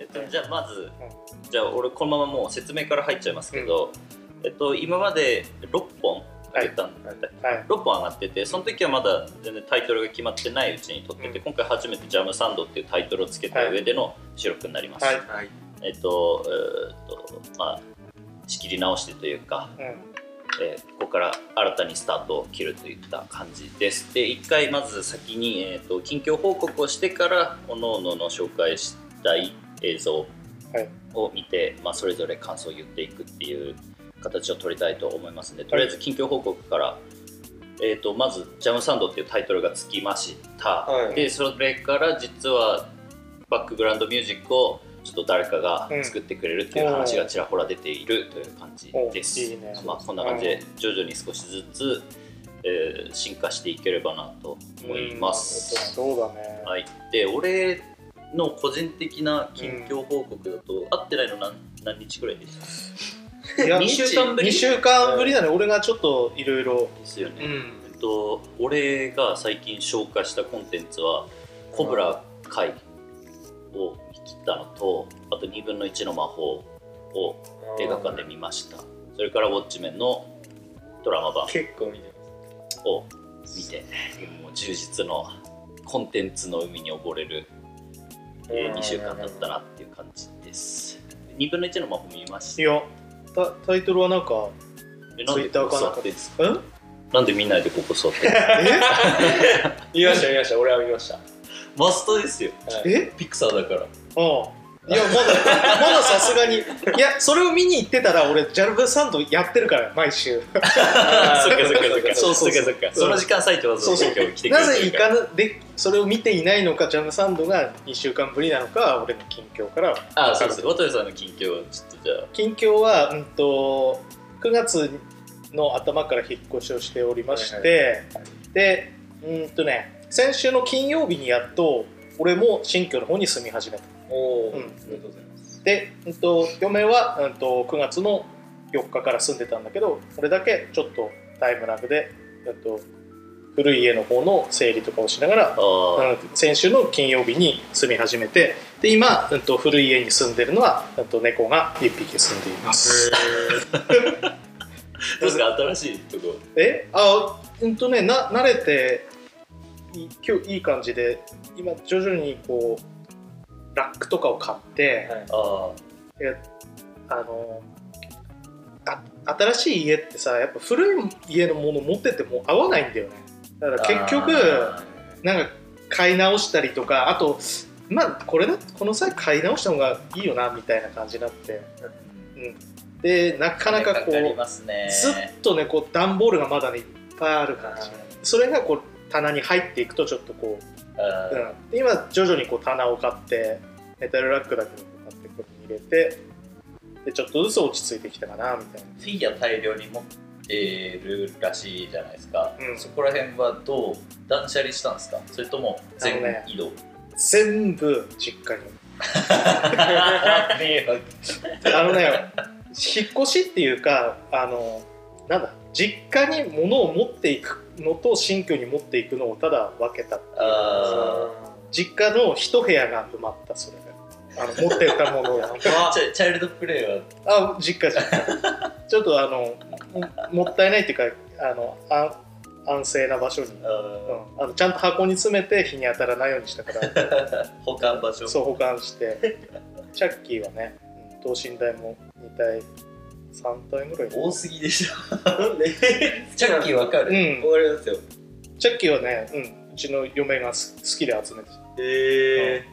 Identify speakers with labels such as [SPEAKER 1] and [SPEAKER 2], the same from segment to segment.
[SPEAKER 1] えっと、じゃあまず、じゃあ俺このままもう説明から入っちゃいますけど、えっと、今まで6本上げたんだっけ、
[SPEAKER 2] はい
[SPEAKER 1] 6本上がっててその時はまだ全然タイトルが決まってないうちに撮ってて、
[SPEAKER 2] うん
[SPEAKER 1] 今回初めて「ジャムサンド」っていうタイトルをつけた上での収録になります、
[SPEAKER 2] はい
[SPEAKER 3] はい。
[SPEAKER 1] えっとえーっとまあ仕切り直してというか、
[SPEAKER 2] うん
[SPEAKER 1] えーここから新たにスタートを切るといった感じですで一回まず先に、えー、と近況報告をしてから各々の紹介したい映像
[SPEAKER 2] はい
[SPEAKER 1] を見て、まあ、それぞれ感想を言っていくっていう形を取りたいと思いますのでとりあえず近況報告から、えー、とまず「ジャムサンド」っていうタイトルがつきました、
[SPEAKER 3] はい
[SPEAKER 1] でそれから実はバックグラウンドミュージックをちょっと誰かが作ってくれるっていう話がちらほら出ているという感じです。
[SPEAKER 2] うんおいいね
[SPEAKER 1] まあ、こんな感じで徐々に少しずつ、えー進化していければなと思います。
[SPEAKER 2] そうだね。
[SPEAKER 1] はい、で俺の個人的な近況報告だと、会ってないの何何日ぐらいでした
[SPEAKER 2] いや
[SPEAKER 1] 二週間ぶり
[SPEAKER 2] 二週間ぶりだね。俺がちょっといろいろ。
[SPEAKER 1] ですよね。
[SPEAKER 2] ん。
[SPEAKER 1] えっと俺が最近消化したコンテンツは「コブラ会」を見切ったのとあと2分の1の魔法を映画館で見ましたそれからウォッチメンのドラマ版
[SPEAKER 3] 結構見て
[SPEAKER 1] を見てもう充実のコンテンツの海に溺れる、え2週間だったなっていう感じです2分の1の魔法見まし
[SPEAKER 2] い
[SPEAKER 1] た
[SPEAKER 2] や、タタイトルはなんか、
[SPEAKER 1] えなんでここ座ってんですか
[SPEAKER 2] うん？
[SPEAKER 1] なんで見ないでここ座ってんですか
[SPEAKER 3] 見ました見ました。俺は見ました。
[SPEAKER 1] マストですよ
[SPEAKER 2] え？え？
[SPEAKER 1] ピクサーだから
[SPEAKER 2] ああ。いやまだまださすがにいやそれを見に行ってたら俺ジャルブサンドやってるから毎週
[SPEAKER 1] あーそっかそっかそっか
[SPEAKER 2] そうそうそう
[SPEAKER 1] っかっかその時間割いてわざ
[SPEAKER 2] そ
[SPEAKER 1] わ
[SPEAKER 2] う
[SPEAKER 1] ざ
[SPEAKER 2] そ
[SPEAKER 1] 今
[SPEAKER 2] う
[SPEAKER 1] 日来てくれてる
[SPEAKER 2] なぜ行
[SPEAKER 1] から
[SPEAKER 2] かぬでそれを見ていないのかジャムサンドが2週間ぶりなのか俺の近況から
[SPEAKER 1] あーそうです渡部さんの近況をちょっとじゃあ
[SPEAKER 2] 近況は、うん、と9月の頭から引っ越しをしておりまして、でうんとね先週の金曜日にやっと俺も新居の方に住み始めた
[SPEAKER 3] おお。
[SPEAKER 2] うん
[SPEAKER 3] ありがとうございます。
[SPEAKER 2] で、うん、と嫁は、うん、と9月の4日から住んでたんだけど俺だけちょっとタイムラグで、うん、と古い家の方の整理とかをしながら
[SPEAKER 1] あー
[SPEAKER 2] うん先週の金曜日に住み始めてで今、うん、と古い家に住んでるのは、うん、と猫が1匹住んでいます。
[SPEAKER 1] どうですか新しいとこ
[SPEAKER 2] えあうんとねな慣れてい今日いい感じで今徐々にこうラックとかを買って、
[SPEAKER 3] はい。
[SPEAKER 1] あ
[SPEAKER 2] あのあ新しい家ってさやっぱ古い家のもの持ってても合わないんだよねだから結局なんか買い直したりとかあとまあこれだこの際買い直した方がいいよなみたいな感じになってでなかなかこう
[SPEAKER 1] りますね
[SPEAKER 2] ずっとねこう段ボールがまだねいっぱいある感じそれがこう棚に入っていくとちょっとこう
[SPEAKER 1] あー
[SPEAKER 2] うんで今徐々にこう棚を買ってメタルラックだけど買ってこれに入れてでちょっとずつ落ち着いてきたかなみたいな
[SPEAKER 1] フィギュア大量に持ってるらしいじゃないですか、
[SPEAKER 2] うん
[SPEAKER 1] そこら辺はどう断捨離したんですかそれとも全移動、
[SPEAKER 2] 全部実 家に
[SPEAKER 1] 迷惑
[SPEAKER 2] あのね引っ越しっていうかあのなんだ実家に物を持っていくのと新居に持っていくのをただ分けたっていう
[SPEAKER 1] あ
[SPEAKER 2] 実家の一部屋が埋まったそれであの持ってったものが
[SPEAKER 1] ーチャチャイルドプレイは
[SPEAKER 2] あ実家実家ちょっとあのももったいないっていうかあのあ安静な場所に、うん、
[SPEAKER 1] あ
[SPEAKER 2] あのちゃんと箱に詰めて日に当たらないようにしたから
[SPEAKER 1] ー保管場所
[SPEAKER 2] そう保管してチャッキーはねうん等身大も2体3体ぐらい
[SPEAKER 1] 多すぎでしょ
[SPEAKER 3] え
[SPEAKER 1] チャッキーわかる、
[SPEAKER 2] うん
[SPEAKER 3] わかりますよ。
[SPEAKER 2] チャッキーはね、うん、うちの嫁がす好きで集めてた
[SPEAKER 3] え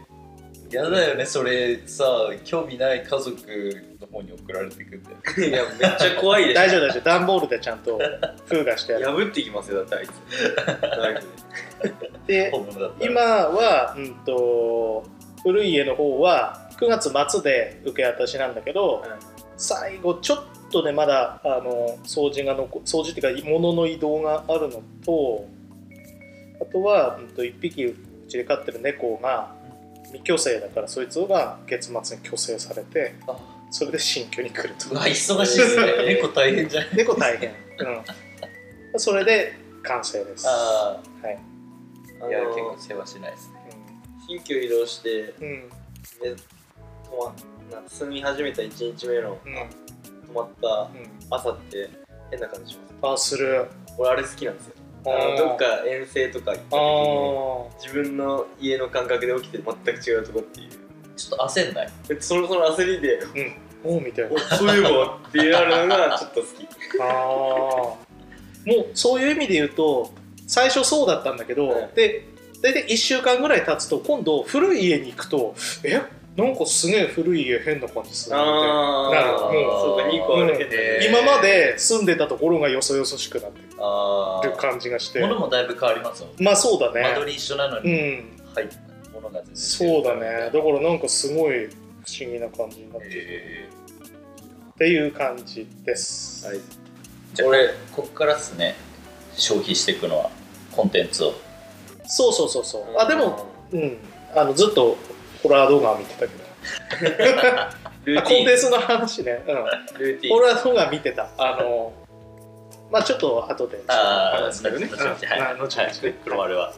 [SPEAKER 1] やだよねそれさ興味ない家族の方に送られてくんだよ
[SPEAKER 3] え。いやめっちゃ怖いで
[SPEAKER 2] 大
[SPEAKER 3] し
[SPEAKER 2] 丈夫大丈夫段ボールでちゃんと封がしてあ
[SPEAKER 3] ょ。
[SPEAKER 2] る
[SPEAKER 3] 破ってきます よだってあいつ。ナイフで
[SPEAKER 2] で
[SPEAKER 1] 本物だったら
[SPEAKER 2] 今は、うん、と古い家の方は9月末で受け渡しなんだけど、
[SPEAKER 3] うん
[SPEAKER 2] 最後ちょっとねまだあの掃除が残掃除っていうか物の移動があるのとあとは、うん、と1匹うちで飼ってる猫が未去勢だからそいつが月末に去勢されて
[SPEAKER 1] あ
[SPEAKER 2] それで新居に来る
[SPEAKER 1] う
[SPEAKER 2] と
[SPEAKER 1] わ忙しいですね
[SPEAKER 3] えー
[SPEAKER 1] 猫大変じゃん
[SPEAKER 2] 猫大変、うん、それで完成です
[SPEAKER 1] あ
[SPEAKER 2] はい、
[SPEAKER 1] あいや結構世話しないですね
[SPEAKER 3] 新居移動して
[SPEAKER 2] うん、
[SPEAKER 3] ねまなんか住み始めた1日目の
[SPEAKER 2] うん
[SPEAKER 3] 泊まった
[SPEAKER 2] うん
[SPEAKER 3] 朝って変な感じします
[SPEAKER 2] あする
[SPEAKER 3] 俺あれ好きなんですよあ
[SPEAKER 2] あー
[SPEAKER 3] のどっか遠征とか行った
[SPEAKER 2] あ
[SPEAKER 3] 時に
[SPEAKER 2] ー
[SPEAKER 3] 自分の家の感覚で起きて全く違うとこっていう
[SPEAKER 1] ちょっと焦んない
[SPEAKER 3] でそのその焦りで
[SPEAKER 2] おうみたいな
[SPEAKER 3] おそういえばってやるのがちょっと好き
[SPEAKER 2] あーもうそういう意味で言うと最初そうだったんだけど、
[SPEAKER 3] はい
[SPEAKER 2] で大体1週間ぐらい経つと今度古い家に行くとえなんかすげえ古い家変な感じするみたいな
[SPEAKER 3] あ
[SPEAKER 2] なる
[SPEAKER 3] あ
[SPEAKER 2] ほど
[SPEAKER 3] そうか2個あるけ
[SPEAKER 1] う
[SPEAKER 3] ど、
[SPEAKER 1] ん
[SPEAKER 2] 今まで住んでたところがよそよそしくなって
[SPEAKER 1] あ
[SPEAKER 2] る感じがして
[SPEAKER 1] 物もだいぶ変わりますよ
[SPEAKER 2] まあそうだ
[SPEAKER 1] 間取
[SPEAKER 2] ね
[SPEAKER 1] り一緒なの
[SPEAKER 2] う
[SPEAKER 1] に
[SPEAKER 2] ん
[SPEAKER 1] 入ったものが全然違
[SPEAKER 2] そうだねだからなんかすごい不思議な感じになってる
[SPEAKER 1] えー
[SPEAKER 2] っていう感じです、
[SPEAKER 3] はい
[SPEAKER 1] じゃあ俺こっからっすね消費していくのはコンテンツを
[SPEAKER 2] そうそうそうそうあでもうんあのずっとホラー動画は見てたけどあコン
[SPEAKER 3] ルーティ
[SPEAKER 2] テンツの話ね、うん、
[SPEAKER 3] ンルーティン
[SPEAKER 2] 俺は動画見てたあのまあちょっと後で
[SPEAKER 1] ああ
[SPEAKER 2] 話すけどね
[SPEAKER 1] 後々
[SPEAKER 2] うん
[SPEAKER 1] はい
[SPEAKER 2] あ後々
[SPEAKER 1] はい黒丸は
[SPEAKER 2] はい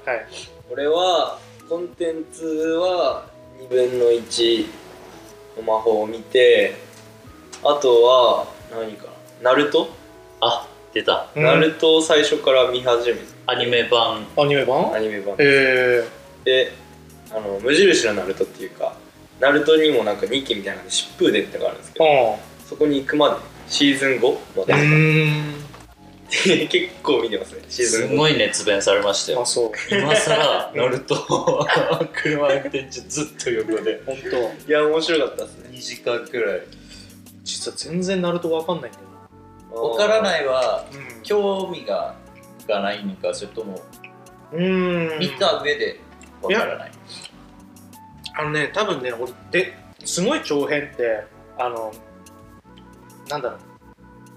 [SPEAKER 3] 俺はコンテンツは2分の1の魔法を見てあとは何かなナルト、
[SPEAKER 1] あ出た
[SPEAKER 2] うん
[SPEAKER 3] ナルトを最初から見始め
[SPEAKER 1] アニメ版
[SPEAKER 2] アニメ
[SPEAKER 3] たア
[SPEAKER 2] 版
[SPEAKER 3] ニメ版
[SPEAKER 2] え
[SPEAKER 3] であの無印のナルトっていうかナルトにもなんか2期みたいなんで疾風伝ってのがあるんですけ
[SPEAKER 2] ー、
[SPEAKER 3] ど
[SPEAKER 2] あ
[SPEAKER 3] そこに行くまでシーズン5ま
[SPEAKER 2] う
[SPEAKER 3] で
[SPEAKER 2] ーん
[SPEAKER 3] 結構見てますねシーズ
[SPEAKER 1] す
[SPEAKER 3] ン
[SPEAKER 1] ごい熱弁されました
[SPEAKER 2] あ
[SPEAKER 1] よ
[SPEAKER 2] そう
[SPEAKER 1] 今さら 乗ると車運転中ずっと横で
[SPEAKER 2] 本当
[SPEAKER 3] 5いや面白かったですね
[SPEAKER 1] 2時間くらい
[SPEAKER 2] 実は全然ナルトわかんないんだよな
[SPEAKER 1] わから
[SPEAKER 3] い
[SPEAKER 1] ないは
[SPEAKER 2] うん
[SPEAKER 1] 興味ががないのかそれとも
[SPEAKER 2] うーん
[SPEAKER 1] 見た上でわからない
[SPEAKER 2] あのね多分ね俺ですごい長編ってあのなんだろう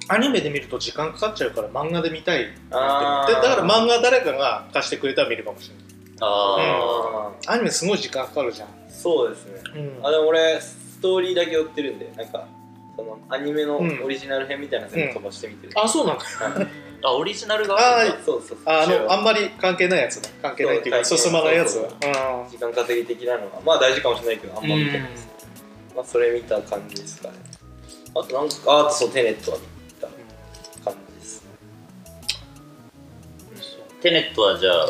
[SPEAKER 2] アニメで見ると時間かかっちゃうから漫画で見たいって思ってる
[SPEAKER 3] あー
[SPEAKER 2] でだから漫画誰かが貸してくれたら見るかもしれない
[SPEAKER 1] あ
[SPEAKER 3] あ
[SPEAKER 2] アニメすごい時間かかるじゃん、
[SPEAKER 3] ーそうですね
[SPEAKER 2] うん
[SPEAKER 3] あでも俺ストーリーだけ追ってるんでなんかそのアニメの
[SPEAKER 2] うん
[SPEAKER 3] オリジナル編みたいなの全部飛ばしてみてる、
[SPEAKER 2] あそうなんだ
[SPEAKER 1] ーあオリジナルが
[SPEAKER 2] あ
[SPEAKER 1] あ
[SPEAKER 2] ー
[SPEAKER 1] る
[SPEAKER 3] そうそうそう
[SPEAKER 2] ああ
[SPEAKER 3] 一応
[SPEAKER 2] のあんまり関係ないやつだ関係ないっていうか
[SPEAKER 3] そう
[SPEAKER 2] 進まないやつ
[SPEAKER 3] そう
[SPEAKER 2] だ
[SPEAKER 3] そう
[SPEAKER 2] うん
[SPEAKER 3] 時間稼ぎ的なのはまあ大事かもしれないけどあんま見てないです、まあそれ見た感じですかねあとなんかあとそうテネットは見た感じですね
[SPEAKER 1] テネットはじゃあ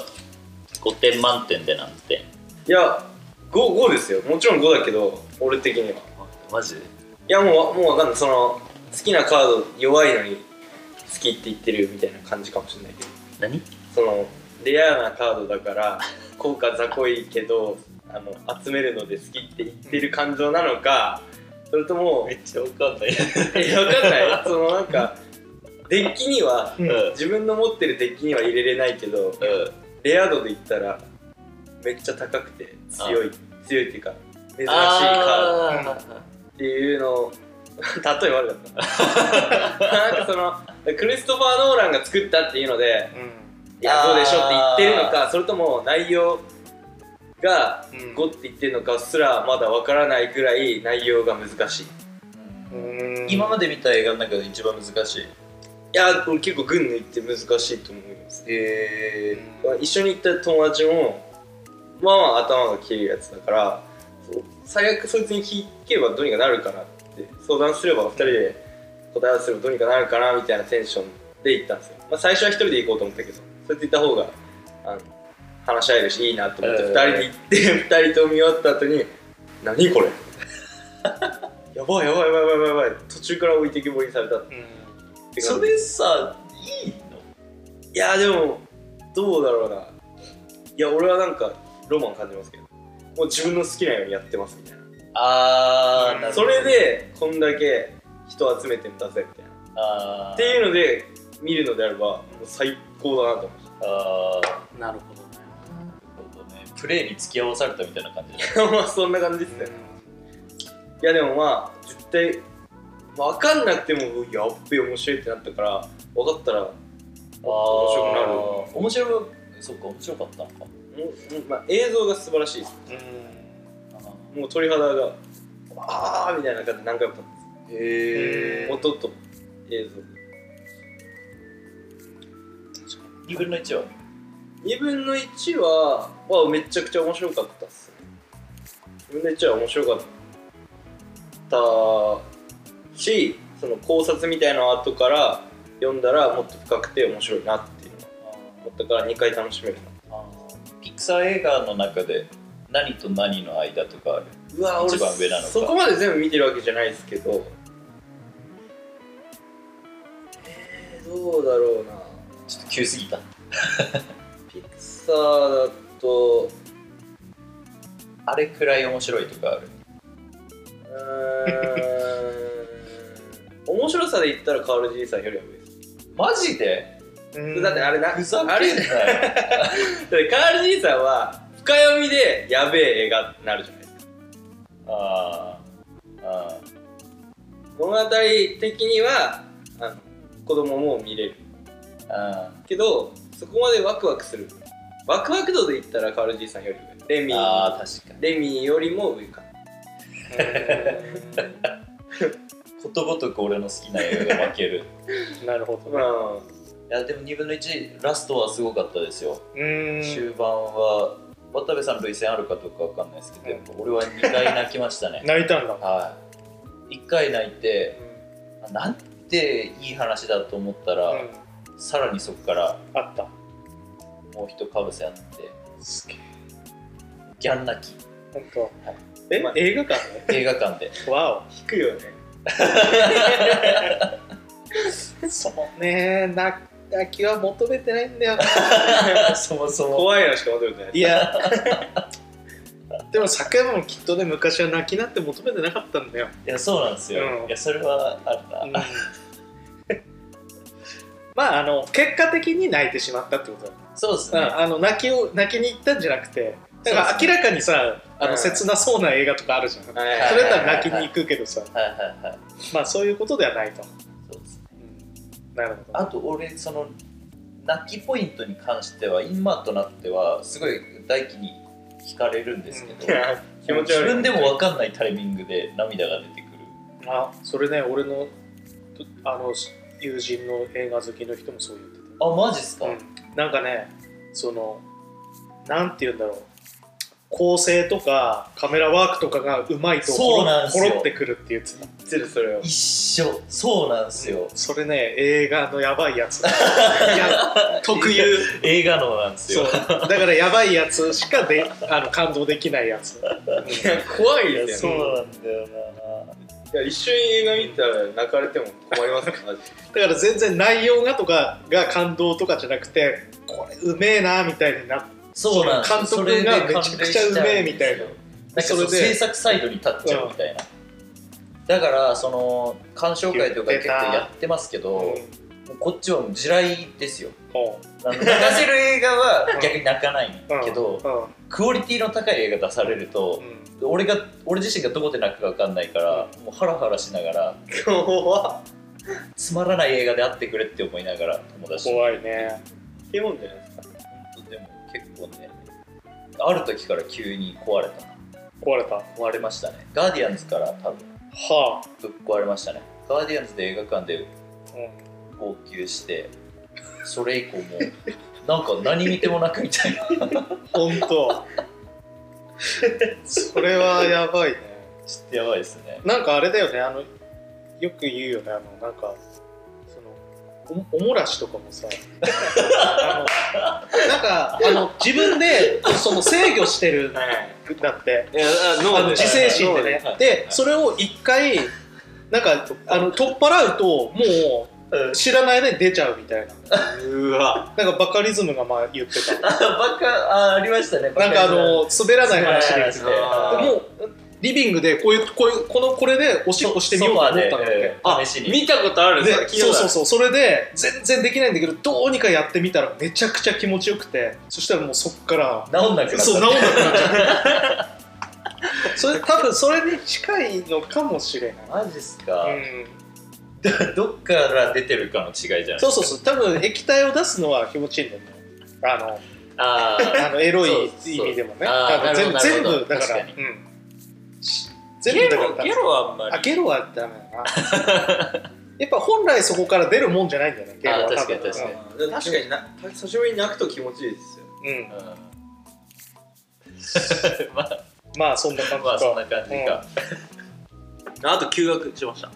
[SPEAKER 1] 5点満点でなんて
[SPEAKER 3] いや 5, 5ですよもちろん5だけど俺的には
[SPEAKER 1] マジで
[SPEAKER 3] いやもうもうわかんないその好きなカード弱いのに好きって言ってるみたいな感じかもしれないけど
[SPEAKER 1] 何
[SPEAKER 3] そのレアなカードだから効果雑魚いけどあの集めるので好きって言ってる感情なのかそれとも
[SPEAKER 1] っちゃわかんない
[SPEAKER 3] いやわかんないそのなんかデッキには
[SPEAKER 2] うん
[SPEAKER 1] うん
[SPEAKER 3] 自分の持ってるデッキには入れれないけど
[SPEAKER 1] う
[SPEAKER 3] レア度で言ったらめっちゃ高くて強い強いっていうか珍しい
[SPEAKER 1] ん
[SPEAKER 3] カード
[SPEAKER 1] あー
[SPEAKER 3] っていうのを 例え悪かった なんかそのクリストファー・ノーランが作ったっていうのでいや
[SPEAKER 1] あー
[SPEAKER 3] どうでしょうって言ってるのかそれとも内容が
[SPEAKER 2] うん
[SPEAKER 3] 5って言ってるのかすらまだわからないぐらい内容が難しいい
[SPEAKER 2] うん
[SPEAKER 1] 今まで見た映画の中で一番難しい
[SPEAKER 3] や俺結構群抜いて難しいと思います
[SPEAKER 1] え
[SPEAKER 3] 一緒に行った友達もまあまあ頭が切れるやつだからそう最悪そいつに聞けばどうにかなるかなって相談すれば2人で答え合わせすればどうにかなるかなみたいなテンションで行ったんですよ、まあ、最初は1人で行こうと思ったけどそうやって行った方があの話し合えるしいいなと思って
[SPEAKER 1] えー
[SPEAKER 3] 2人で行って2人と見終わった後に「何これ? 」 やばいやばいやばいやばいやばい途中から置いてけぼりにされたって
[SPEAKER 2] うん
[SPEAKER 3] 感じ
[SPEAKER 1] それさいいの
[SPEAKER 3] いやでもどうだろうないや俺はなんかロマン感じますけどもう自分の好きなようにやってますみたいな
[SPEAKER 1] あーなるほ
[SPEAKER 3] そ
[SPEAKER 1] ど
[SPEAKER 3] れでこんだけ人集めてんだぜみたいな
[SPEAKER 1] あー
[SPEAKER 3] っていうので見るのであればもう最高だなと思いま
[SPEAKER 1] あーなる
[SPEAKER 2] なるほどね
[SPEAKER 1] ほどねプレイに付き合わされたみたいな感じだ
[SPEAKER 3] した まあそんな感じですねいやでもまあ絶対分かんなくてもうわやっべ面白いってなったから分かったらも面白くなる
[SPEAKER 1] あー面白くそうか面白かったのか
[SPEAKER 3] うまあ、映像が素晴らしいですもう鳥肌があーみたいな感じで何回も撮った
[SPEAKER 2] へー
[SPEAKER 3] 音と映像
[SPEAKER 1] 2分の1は
[SPEAKER 3] 2分の1ははめちゃくちゃ面白かったっすね2分の1は面白かっったしその考察みたいなの後から読んだらもっと深くて面白いなっていうの思ったから2回楽しめるな
[SPEAKER 1] ピクサー映画の中で何と何の間とかある
[SPEAKER 3] うわ俺
[SPEAKER 1] 一番上なのか
[SPEAKER 3] そこまで全部見てるわけじゃないですけどえー、どうだろうな
[SPEAKER 1] ちょっと急すぎた
[SPEAKER 3] ピクサーだと
[SPEAKER 1] あれくらい面白いとかある
[SPEAKER 3] うーん面白さで言ったらカール爺さんよりは上です
[SPEAKER 1] マジで
[SPEAKER 2] うん
[SPEAKER 3] だってあれな
[SPEAKER 1] ふざけんな
[SPEAKER 3] あれ
[SPEAKER 1] よ
[SPEAKER 3] だってカール爺さんは深読みでやべえ映画になるじゃないですか
[SPEAKER 1] あーあ
[SPEAKER 3] 物語的にはあの子供も見れる
[SPEAKER 1] ーあ
[SPEAKER 3] けどそこまでワクワクするワクワク度で言ったらカール爺さんより上レ
[SPEAKER 1] ー
[SPEAKER 3] ミ
[SPEAKER 1] あー確か
[SPEAKER 3] レミよりも 上か
[SPEAKER 1] にことごとく俺の好きな映画が負ける
[SPEAKER 2] なるほど
[SPEAKER 3] まあ
[SPEAKER 1] いやでも2分の1ラストはすごかったですよ、
[SPEAKER 2] うーん
[SPEAKER 1] 終盤は渡部さん類線あるかどうかわかんないですけど、やっぱ俺は2回泣きま したね
[SPEAKER 2] 泣いたんだ
[SPEAKER 1] はい1回泣いてあなんていい話だと思ったら、
[SPEAKER 2] うん
[SPEAKER 1] さらにそこから
[SPEAKER 2] あった
[SPEAKER 1] もう一かぶせあって
[SPEAKER 2] すげえ
[SPEAKER 1] ギャン泣き
[SPEAKER 2] 本当
[SPEAKER 1] はい
[SPEAKER 2] え
[SPEAKER 3] まあ
[SPEAKER 2] 映画館ね
[SPEAKER 1] 映画館 で
[SPEAKER 2] わ
[SPEAKER 3] 引くよね
[SPEAKER 2] おそのね泣泣きは求めてないんだよな
[SPEAKER 1] そもそも
[SPEAKER 3] 怖いのしか戻るんじゃない
[SPEAKER 2] いやでも酒山もきっとね昔は泣きなんて求めてなかったんだよ、
[SPEAKER 1] いやそうなんですよ、
[SPEAKER 2] うん
[SPEAKER 1] いやそれはあるな、
[SPEAKER 2] うんまああの結果的に泣いてしまったってことだよ
[SPEAKER 1] そうですね、
[SPEAKER 2] うんあの泣きを泣きに行ったんじゃなくてだから明らかにさあ
[SPEAKER 3] う
[SPEAKER 2] の
[SPEAKER 3] ん
[SPEAKER 2] 切なそうな映画とかあるじゃん、
[SPEAKER 3] はいはい
[SPEAKER 2] それだったら泣きに行くけどさ、
[SPEAKER 1] はいはいはい
[SPEAKER 2] まあそういうことではないと、
[SPEAKER 1] そうですね
[SPEAKER 2] なるほど
[SPEAKER 1] あと俺その泣きポイントに関しては今となってはすごい大輝に惹かれるんですけど、
[SPEAKER 3] いや気持ち
[SPEAKER 1] 自
[SPEAKER 3] 悪い
[SPEAKER 1] 分でも分かんないタイミングで涙が出てくる
[SPEAKER 2] あそれね俺のあの友人の映画好きの人もそう言って
[SPEAKER 1] あマジっすか、
[SPEAKER 2] た、なんかねそのなんて言うんだろう構成とかカメラワークとかがうまいと
[SPEAKER 1] そうなんす
[SPEAKER 2] コ
[SPEAKER 1] よ
[SPEAKER 2] ロってくるって言ってた
[SPEAKER 3] 知ってるそれを
[SPEAKER 1] 一緒そうなんすよ、
[SPEAKER 2] それね映画のやばいや ついや特有
[SPEAKER 1] 映画のなんです
[SPEAKER 2] そ
[SPEAKER 1] よ
[SPEAKER 2] うだからやばいやつしかであの感動できないやつ、
[SPEAKER 3] いや怖い
[SPEAKER 1] いや
[SPEAKER 3] です
[SPEAKER 1] そ
[SPEAKER 3] よ
[SPEAKER 1] う
[SPEAKER 3] ね
[SPEAKER 1] なんだよない
[SPEAKER 3] や一緒に映画見たら泣かれても困りますからマジで
[SPEAKER 2] だから全然内容がとかが感動とかじゃなくてこれうめえなみたいになって
[SPEAKER 1] そうなんですよ
[SPEAKER 2] 監
[SPEAKER 1] そ
[SPEAKER 2] 督
[SPEAKER 1] れで
[SPEAKER 2] がめ
[SPEAKER 1] 感
[SPEAKER 2] ちゃ
[SPEAKER 1] 動
[SPEAKER 2] く
[SPEAKER 1] し
[SPEAKER 2] ちゃう
[SPEAKER 1] ゃうんですよ
[SPEAKER 2] めえみたい
[SPEAKER 1] な
[SPEAKER 2] な
[SPEAKER 1] んかそ
[SPEAKER 2] それ
[SPEAKER 1] の
[SPEAKER 2] で
[SPEAKER 1] 制作サイドに立っちゃうみたいな、だからその鑑賞会とか
[SPEAKER 2] 言
[SPEAKER 1] 結
[SPEAKER 2] って
[SPEAKER 1] 構
[SPEAKER 2] た
[SPEAKER 1] やってますけど、もうこっちはもう地雷ですよ
[SPEAKER 2] ほ
[SPEAKER 1] あの 泣かせる映画は逆に泣かない
[SPEAKER 2] うん
[SPEAKER 1] けど、
[SPEAKER 2] う
[SPEAKER 1] クオリティの高い映画出されると
[SPEAKER 2] んうん
[SPEAKER 1] 俺が俺自身がどこで泣くか分かんないから、もうハラハラしながら
[SPEAKER 3] 怖っ
[SPEAKER 1] つまらない映画であってくれって思いながら友達と
[SPEAKER 2] 怖いね
[SPEAKER 3] いもんじゃないですか
[SPEAKER 1] でも結構ねある時から急に壊れたな
[SPEAKER 2] 壊れたは
[SPEAKER 1] 壊れましたねガーディアンズから多分
[SPEAKER 2] あ、
[SPEAKER 1] ぶっ壊れましたねガーディアンズで映画館で
[SPEAKER 2] う、
[SPEAKER 1] 号泣してそれ以降もうなんか何見ても泣くみたいなん
[SPEAKER 2] 本当 それはやばいね
[SPEAKER 1] ちょっとやばいですね
[SPEAKER 2] なんかあれだよねあのよく言うよねあのなんかそのおおもらしとかも さあのなんかあの自分でその制御して るんだって
[SPEAKER 3] いやあ脳
[SPEAKER 2] あの
[SPEAKER 3] で
[SPEAKER 2] 自制心でね
[SPEAKER 1] はい
[SPEAKER 2] でそれを一回なんかあの取っ払うともう知らないで出ちゃうみたいな
[SPEAKER 3] うわ
[SPEAKER 2] なんかバカリズムがまあ言ってた
[SPEAKER 1] あバカあありましたね
[SPEAKER 2] なんかあの滑らない話で言って
[SPEAKER 1] す
[SPEAKER 2] て
[SPEAKER 1] ね
[SPEAKER 3] あー
[SPEAKER 2] もうリビングでこういうこういうこのこれでおしっこしてみようと思ったんだって
[SPEAKER 1] あ試しに
[SPEAKER 3] 見たことある
[SPEAKER 2] で
[SPEAKER 3] さっき
[SPEAKER 2] そ
[SPEAKER 3] の
[SPEAKER 2] うそうそうそれで全然できないんだけどどうにかやってみたらめちゃくちゃ気持ちよくてそしたらもうそっから
[SPEAKER 1] 治んなくなった
[SPEAKER 2] そう治んなくなっちゃうそれ多分それに近いのかもしれない
[SPEAKER 1] マジっすか、
[SPEAKER 2] うん
[SPEAKER 1] どっから出てるかの違いじゃない
[SPEAKER 2] そうそうそう多分液体を出すのは気持ちいいんだよねあ の
[SPEAKER 1] あー
[SPEAKER 2] あのエロい
[SPEAKER 1] そう
[SPEAKER 2] 意味でもね
[SPEAKER 1] あー
[SPEAKER 2] 多分全部
[SPEAKER 1] なるほど
[SPEAKER 2] 全部だから
[SPEAKER 1] 確
[SPEAKER 2] うんし
[SPEAKER 3] ゲ
[SPEAKER 2] 全部だ
[SPEAKER 3] ロ
[SPEAKER 2] から
[SPEAKER 3] ゲロはあんま
[SPEAKER 2] あ
[SPEAKER 3] り
[SPEAKER 2] ゲロはダメだなやっぱ本来そこから出るもんじゃないんだよねゲロは
[SPEAKER 1] あー
[SPEAKER 2] 多
[SPEAKER 1] 確
[SPEAKER 2] 分
[SPEAKER 1] かに確かに
[SPEAKER 3] うん確かにな久しぶりに泣くと気持ちいいですよ
[SPEAKER 2] うん
[SPEAKER 1] うん まあ
[SPEAKER 2] まあそんな感じ
[SPEAKER 1] まあそん
[SPEAKER 2] か
[SPEAKER 1] な感じか、
[SPEAKER 3] あと休学しました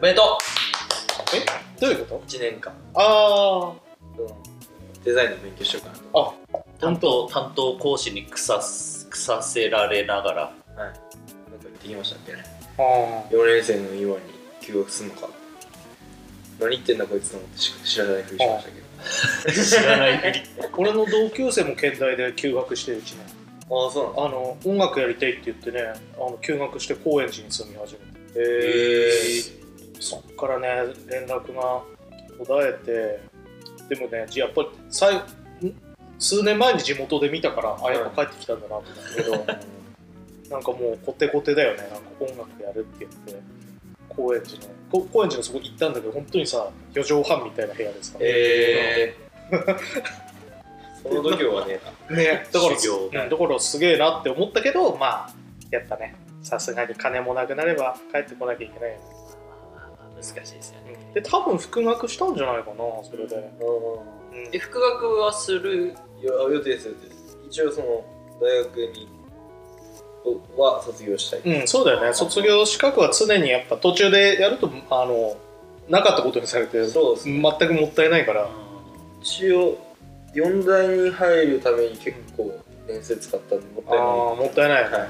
[SPEAKER 1] おめでと
[SPEAKER 2] どういうこと
[SPEAKER 3] 1年間、
[SPEAKER 2] あ
[SPEAKER 3] うん、デザインの勉強しようかなと
[SPEAKER 4] 担当担当講師に腐す腐せられながら
[SPEAKER 3] なんか言ってきましたっけね
[SPEAKER 2] ああ
[SPEAKER 3] 4年生の今に休学すんのか何言ってんだこいつと思ってし知らないふりしましたけ
[SPEAKER 4] 知らない ふり
[SPEAKER 2] あ俺の同級生も県大で休学してるうちね
[SPEAKER 3] どああそうなんだ
[SPEAKER 2] あの音楽やりたいって言ってねあの休学して高円寺に住み始めてそっからね連絡が途絶えてでもねやっぱり最ん数年前に地元で見たからあやっぱ帰ってきたんだなと思ったけど、 なんかもうコテコテだよねなんか音楽やるって言って高円寺のこ高円寺のそこ行ったんだけど本当にさ4畳半みたいな部屋ですから、
[SPEAKER 3] えー、その度胸は ね
[SPEAKER 2] ね、だから
[SPEAKER 4] 修行
[SPEAKER 2] うんだからすげえなって思ったけどまあやっぱねさすがに金もなくなれば帰ってこなきゃいけないよね
[SPEAKER 4] 難しいですよね
[SPEAKER 2] で多分復学したんじゃないかなそれで、
[SPEAKER 3] えなうん
[SPEAKER 2] うん
[SPEAKER 4] で復学はする
[SPEAKER 3] いや予定です予定です一応その大学には卒業したい、
[SPEAKER 2] うん、そうだよね卒業資格は常にやっぱ途中でやるとあのなかったことにされて
[SPEAKER 3] そうですね
[SPEAKER 2] 全くもったいないから
[SPEAKER 3] 一応四大に入るために結構年数使ったんでもっ
[SPEAKER 2] あ
[SPEAKER 3] た
[SPEAKER 2] あ
[SPEAKER 3] いない
[SPEAKER 2] もったいないよね、
[SPEAKER 3] はい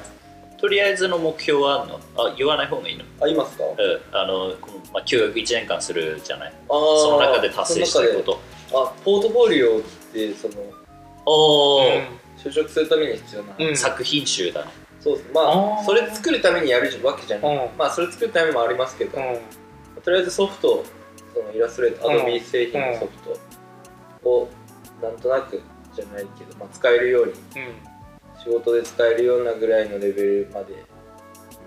[SPEAKER 4] とりあえずの目標はあんのあ言わない方がいいの
[SPEAKER 3] ありますか
[SPEAKER 4] うんあの、まあ、休学1年間するじゃない
[SPEAKER 3] あー
[SPEAKER 4] その中で達成したいこ
[SPEAKER 3] その中であポートフォリオってその
[SPEAKER 4] とおお、
[SPEAKER 3] 就職するために必要な、
[SPEAKER 2] うん、うん、
[SPEAKER 4] 作品集だね
[SPEAKER 3] そうですまあ
[SPEAKER 2] あー
[SPEAKER 3] それ作るためにやるわけじゃない、まあそれ作るためもありますけど、
[SPEAKER 2] うん、うん
[SPEAKER 3] とりあえずソフトそのイラストレート
[SPEAKER 2] う
[SPEAKER 3] ア
[SPEAKER 2] ん
[SPEAKER 3] ドビ製品のソフトをなんとなくじゃないけど、まあ、使えるように仕事で使えるようなぐらいのレベルまで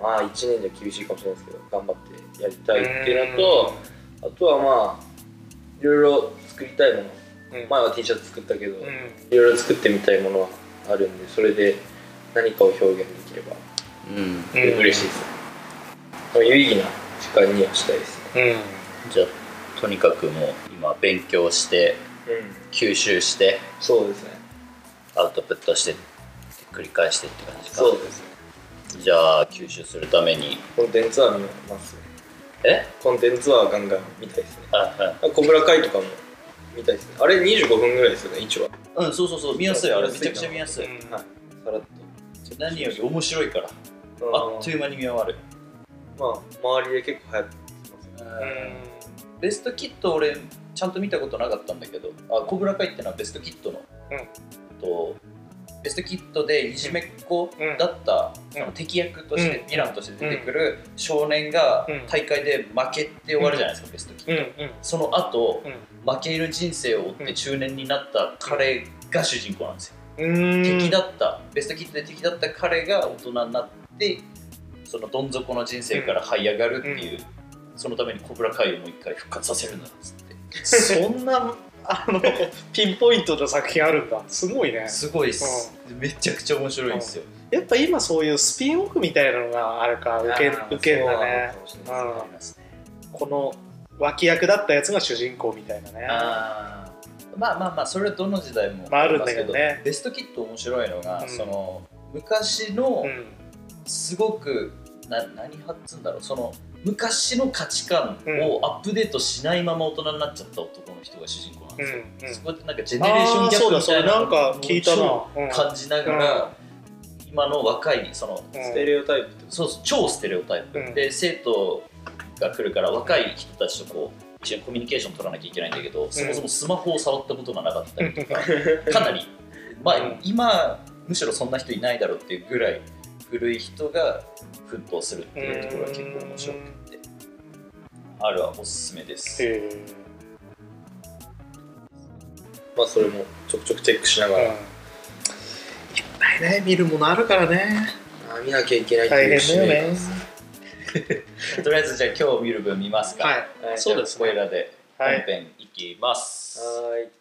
[SPEAKER 3] まあ1年じゃ厳しいかもしれないですけど頑張ってやりたいっていうのとあとはまあいろいろ作りたいもの
[SPEAKER 2] うん、
[SPEAKER 3] 前は T シャツ作ったけど、
[SPEAKER 2] うん
[SPEAKER 3] いろいろ作ってみたいものはあるんでそれで何かを表現できれば
[SPEAKER 4] うん
[SPEAKER 2] うん
[SPEAKER 3] 嬉しいですね、有意義な時間にはしたいですね、
[SPEAKER 2] う
[SPEAKER 4] じゃあとにかくもう今勉強して
[SPEAKER 3] うん、
[SPEAKER 4] 吸収して
[SPEAKER 3] そうですね
[SPEAKER 4] アウトプットして繰り返してって感じか
[SPEAKER 3] そうですね
[SPEAKER 4] じゃあ吸収するために
[SPEAKER 3] コンテンツは見ますね
[SPEAKER 4] え
[SPEAKER 3] コンテンツはガンガン見たいですね
[SPEAKER 4] あ
[SPEAKER 3] あ小倉会とかも見たいですねあれ25分ぐらいですよね1話
[SPEAKER 1] ううんそうそうそう見やすいあれめちゃくちゃ見やすい
[SPEAKER 2] ん
[SPEAKER 3] はいさらっ
[SPEAKER 1] 何より面白いから
[SPEAKER 3] と
[SPEAKER 1] あっという間に見終わる
[SPEAKER 3] まあ周りで結構流行ってますね
[SPEAKER 1] ベストキット俺ちゃんと見たことなかったんだけどあ小倉会ってのはベストキットの、とベストキットでいじめっ子だった、
[SPEAKER 2] うん
[SPEAKER 1] その敵役として、
[SPEAKER 2] うん
[SPEAKER 1] ヴィランとして出てくる少年が
[SPEAKER 2] うん
[SPEAKER 1] 大会で負けて終わるじゃないですか、ベストキット、
[SPEAKER 2] うんうん
[SPEAKER 1] その後負ける人生を追っ
[SPEAKER 2] う
[SPEAKER 1] て
[SPEAKER 2] ん
[SPEAKER 1] 中年になった彼が主人公なんですよ、
[SPEAKER 2] うんうん
[SPEAKER 1] 敵だったベストキットで敵だった彼が大人になってそのどん底の人生から這い上がるっていう、そのために小倉会をもう一回復活させるんだっつって
[SPEAKER 2] そんなあのピンポイントの作品あるんだすごいね
[SPEAKER 1] すごいっす、めちゃくちゃ面白いんですよ、
[SPEAKER 2] やっぱ今そういうスピンオフみたいなのがあるから受け
[SPEAKER 3] あー
[SPEAKER 2] 受けんだ
[SPEAKER 3] そうなの
[SPEAKER 2] ね
[SPEAKER 3] かもしれ
[SPEAKER 2] う
[SPEAKER 3] ない
[SPEAKER 2] ん
[SPEAKER 1] ありますね
[SPEAKER 2] この脇役だったやつが主人公みたいなね
[SPEAKER 1] あーまあまあまあそれはどの時代も
[SPEAKER 2] まああるん
[SPEAKER 1] ま
[SPEAKER 2] だ
[SPEAKER 1] す
[SPEAKER 2] けどね
[SPEAKER 1] ベストキット面白いのが、
[SPEAKER 2] うん
[SPEAKER 1] その昔の
[SPEAKER 2] うん
[SPEAKER 1] すごく、な何派っつうんだろうその昔の価値観をアップデートしないまま大人になっちゃった男の人が主人公なん
[SPEAKER 2] う
[SPEAKER 1] で
[SPEAKER 2] ん
[SPEAKER 1] すよ、
[SPEAKER 2] うん
[SPEAKER 1] そこでなんかジェネレーショ
[SPEAKER 2] あ
[SPEAKER 1] ン
[SPEAKER 2] あ
[SPEAKER 1] ギャッ
[SPEAKER 2] そう
[SPEAKER 1] プ
[SPEAKER 2] だ
[SPEAKER 1] み
[SPEAKER 2] そ
[SPEAKER 1] た
[SPEAKER 2] れ
[SPEAKER 1] いな
[SPEAKER 2] なん
[SPEAKER 1] のを
[SPEAKER 2] か聞いたなうん
[SPEAKER 1] 感じながら、今の若いその
[SPEAKER 2] うん
[SPEAKER 3] ステレオタイプってこ
[SPEAKER 1] そうそう超ステレオタイプ、
[SPEAKER 2] うん
[SPEAKER 1] で生徒が来るから若い人たちとこう一緒にコミュニケーション取らなきゃいけないんだけど、そもそもスマホを触ったことがなかったり とかかなり、まあ
[SPEAKER 2] うん
[SPEAKER 1] 今むしろそんな人いないだろうっていうぐらい古い人が奮闘するっていうところが結構面白くて、あるはおすすめです、
[SPEAKER 2] へえ
[SPEAKER 3] とまあそれもちょくちょくチェックしながら、
[SPEAKER 2] いっぱいね見るものあるからね
[SPEAKER 3] あー見なきゃいけないって
[SPEAKER 2] 大
[SPEAKER 3] いう
[SPEAKER 2] 変だよね
[SPEAKER 1] とりあえずじゃあ今日見る分見ますか、
[SPEAKER 2] はい
[SPEAKER 3] はい
[SPEAKER 2] そうですね
[SPEAKER 1] じゃあここいらで
[SPEAKER 2] は
[SPEAKER 1] 本
[SPEAKER 2] い
[SPEAKER 1] 編いきます、
[SPEAKER 3] はーい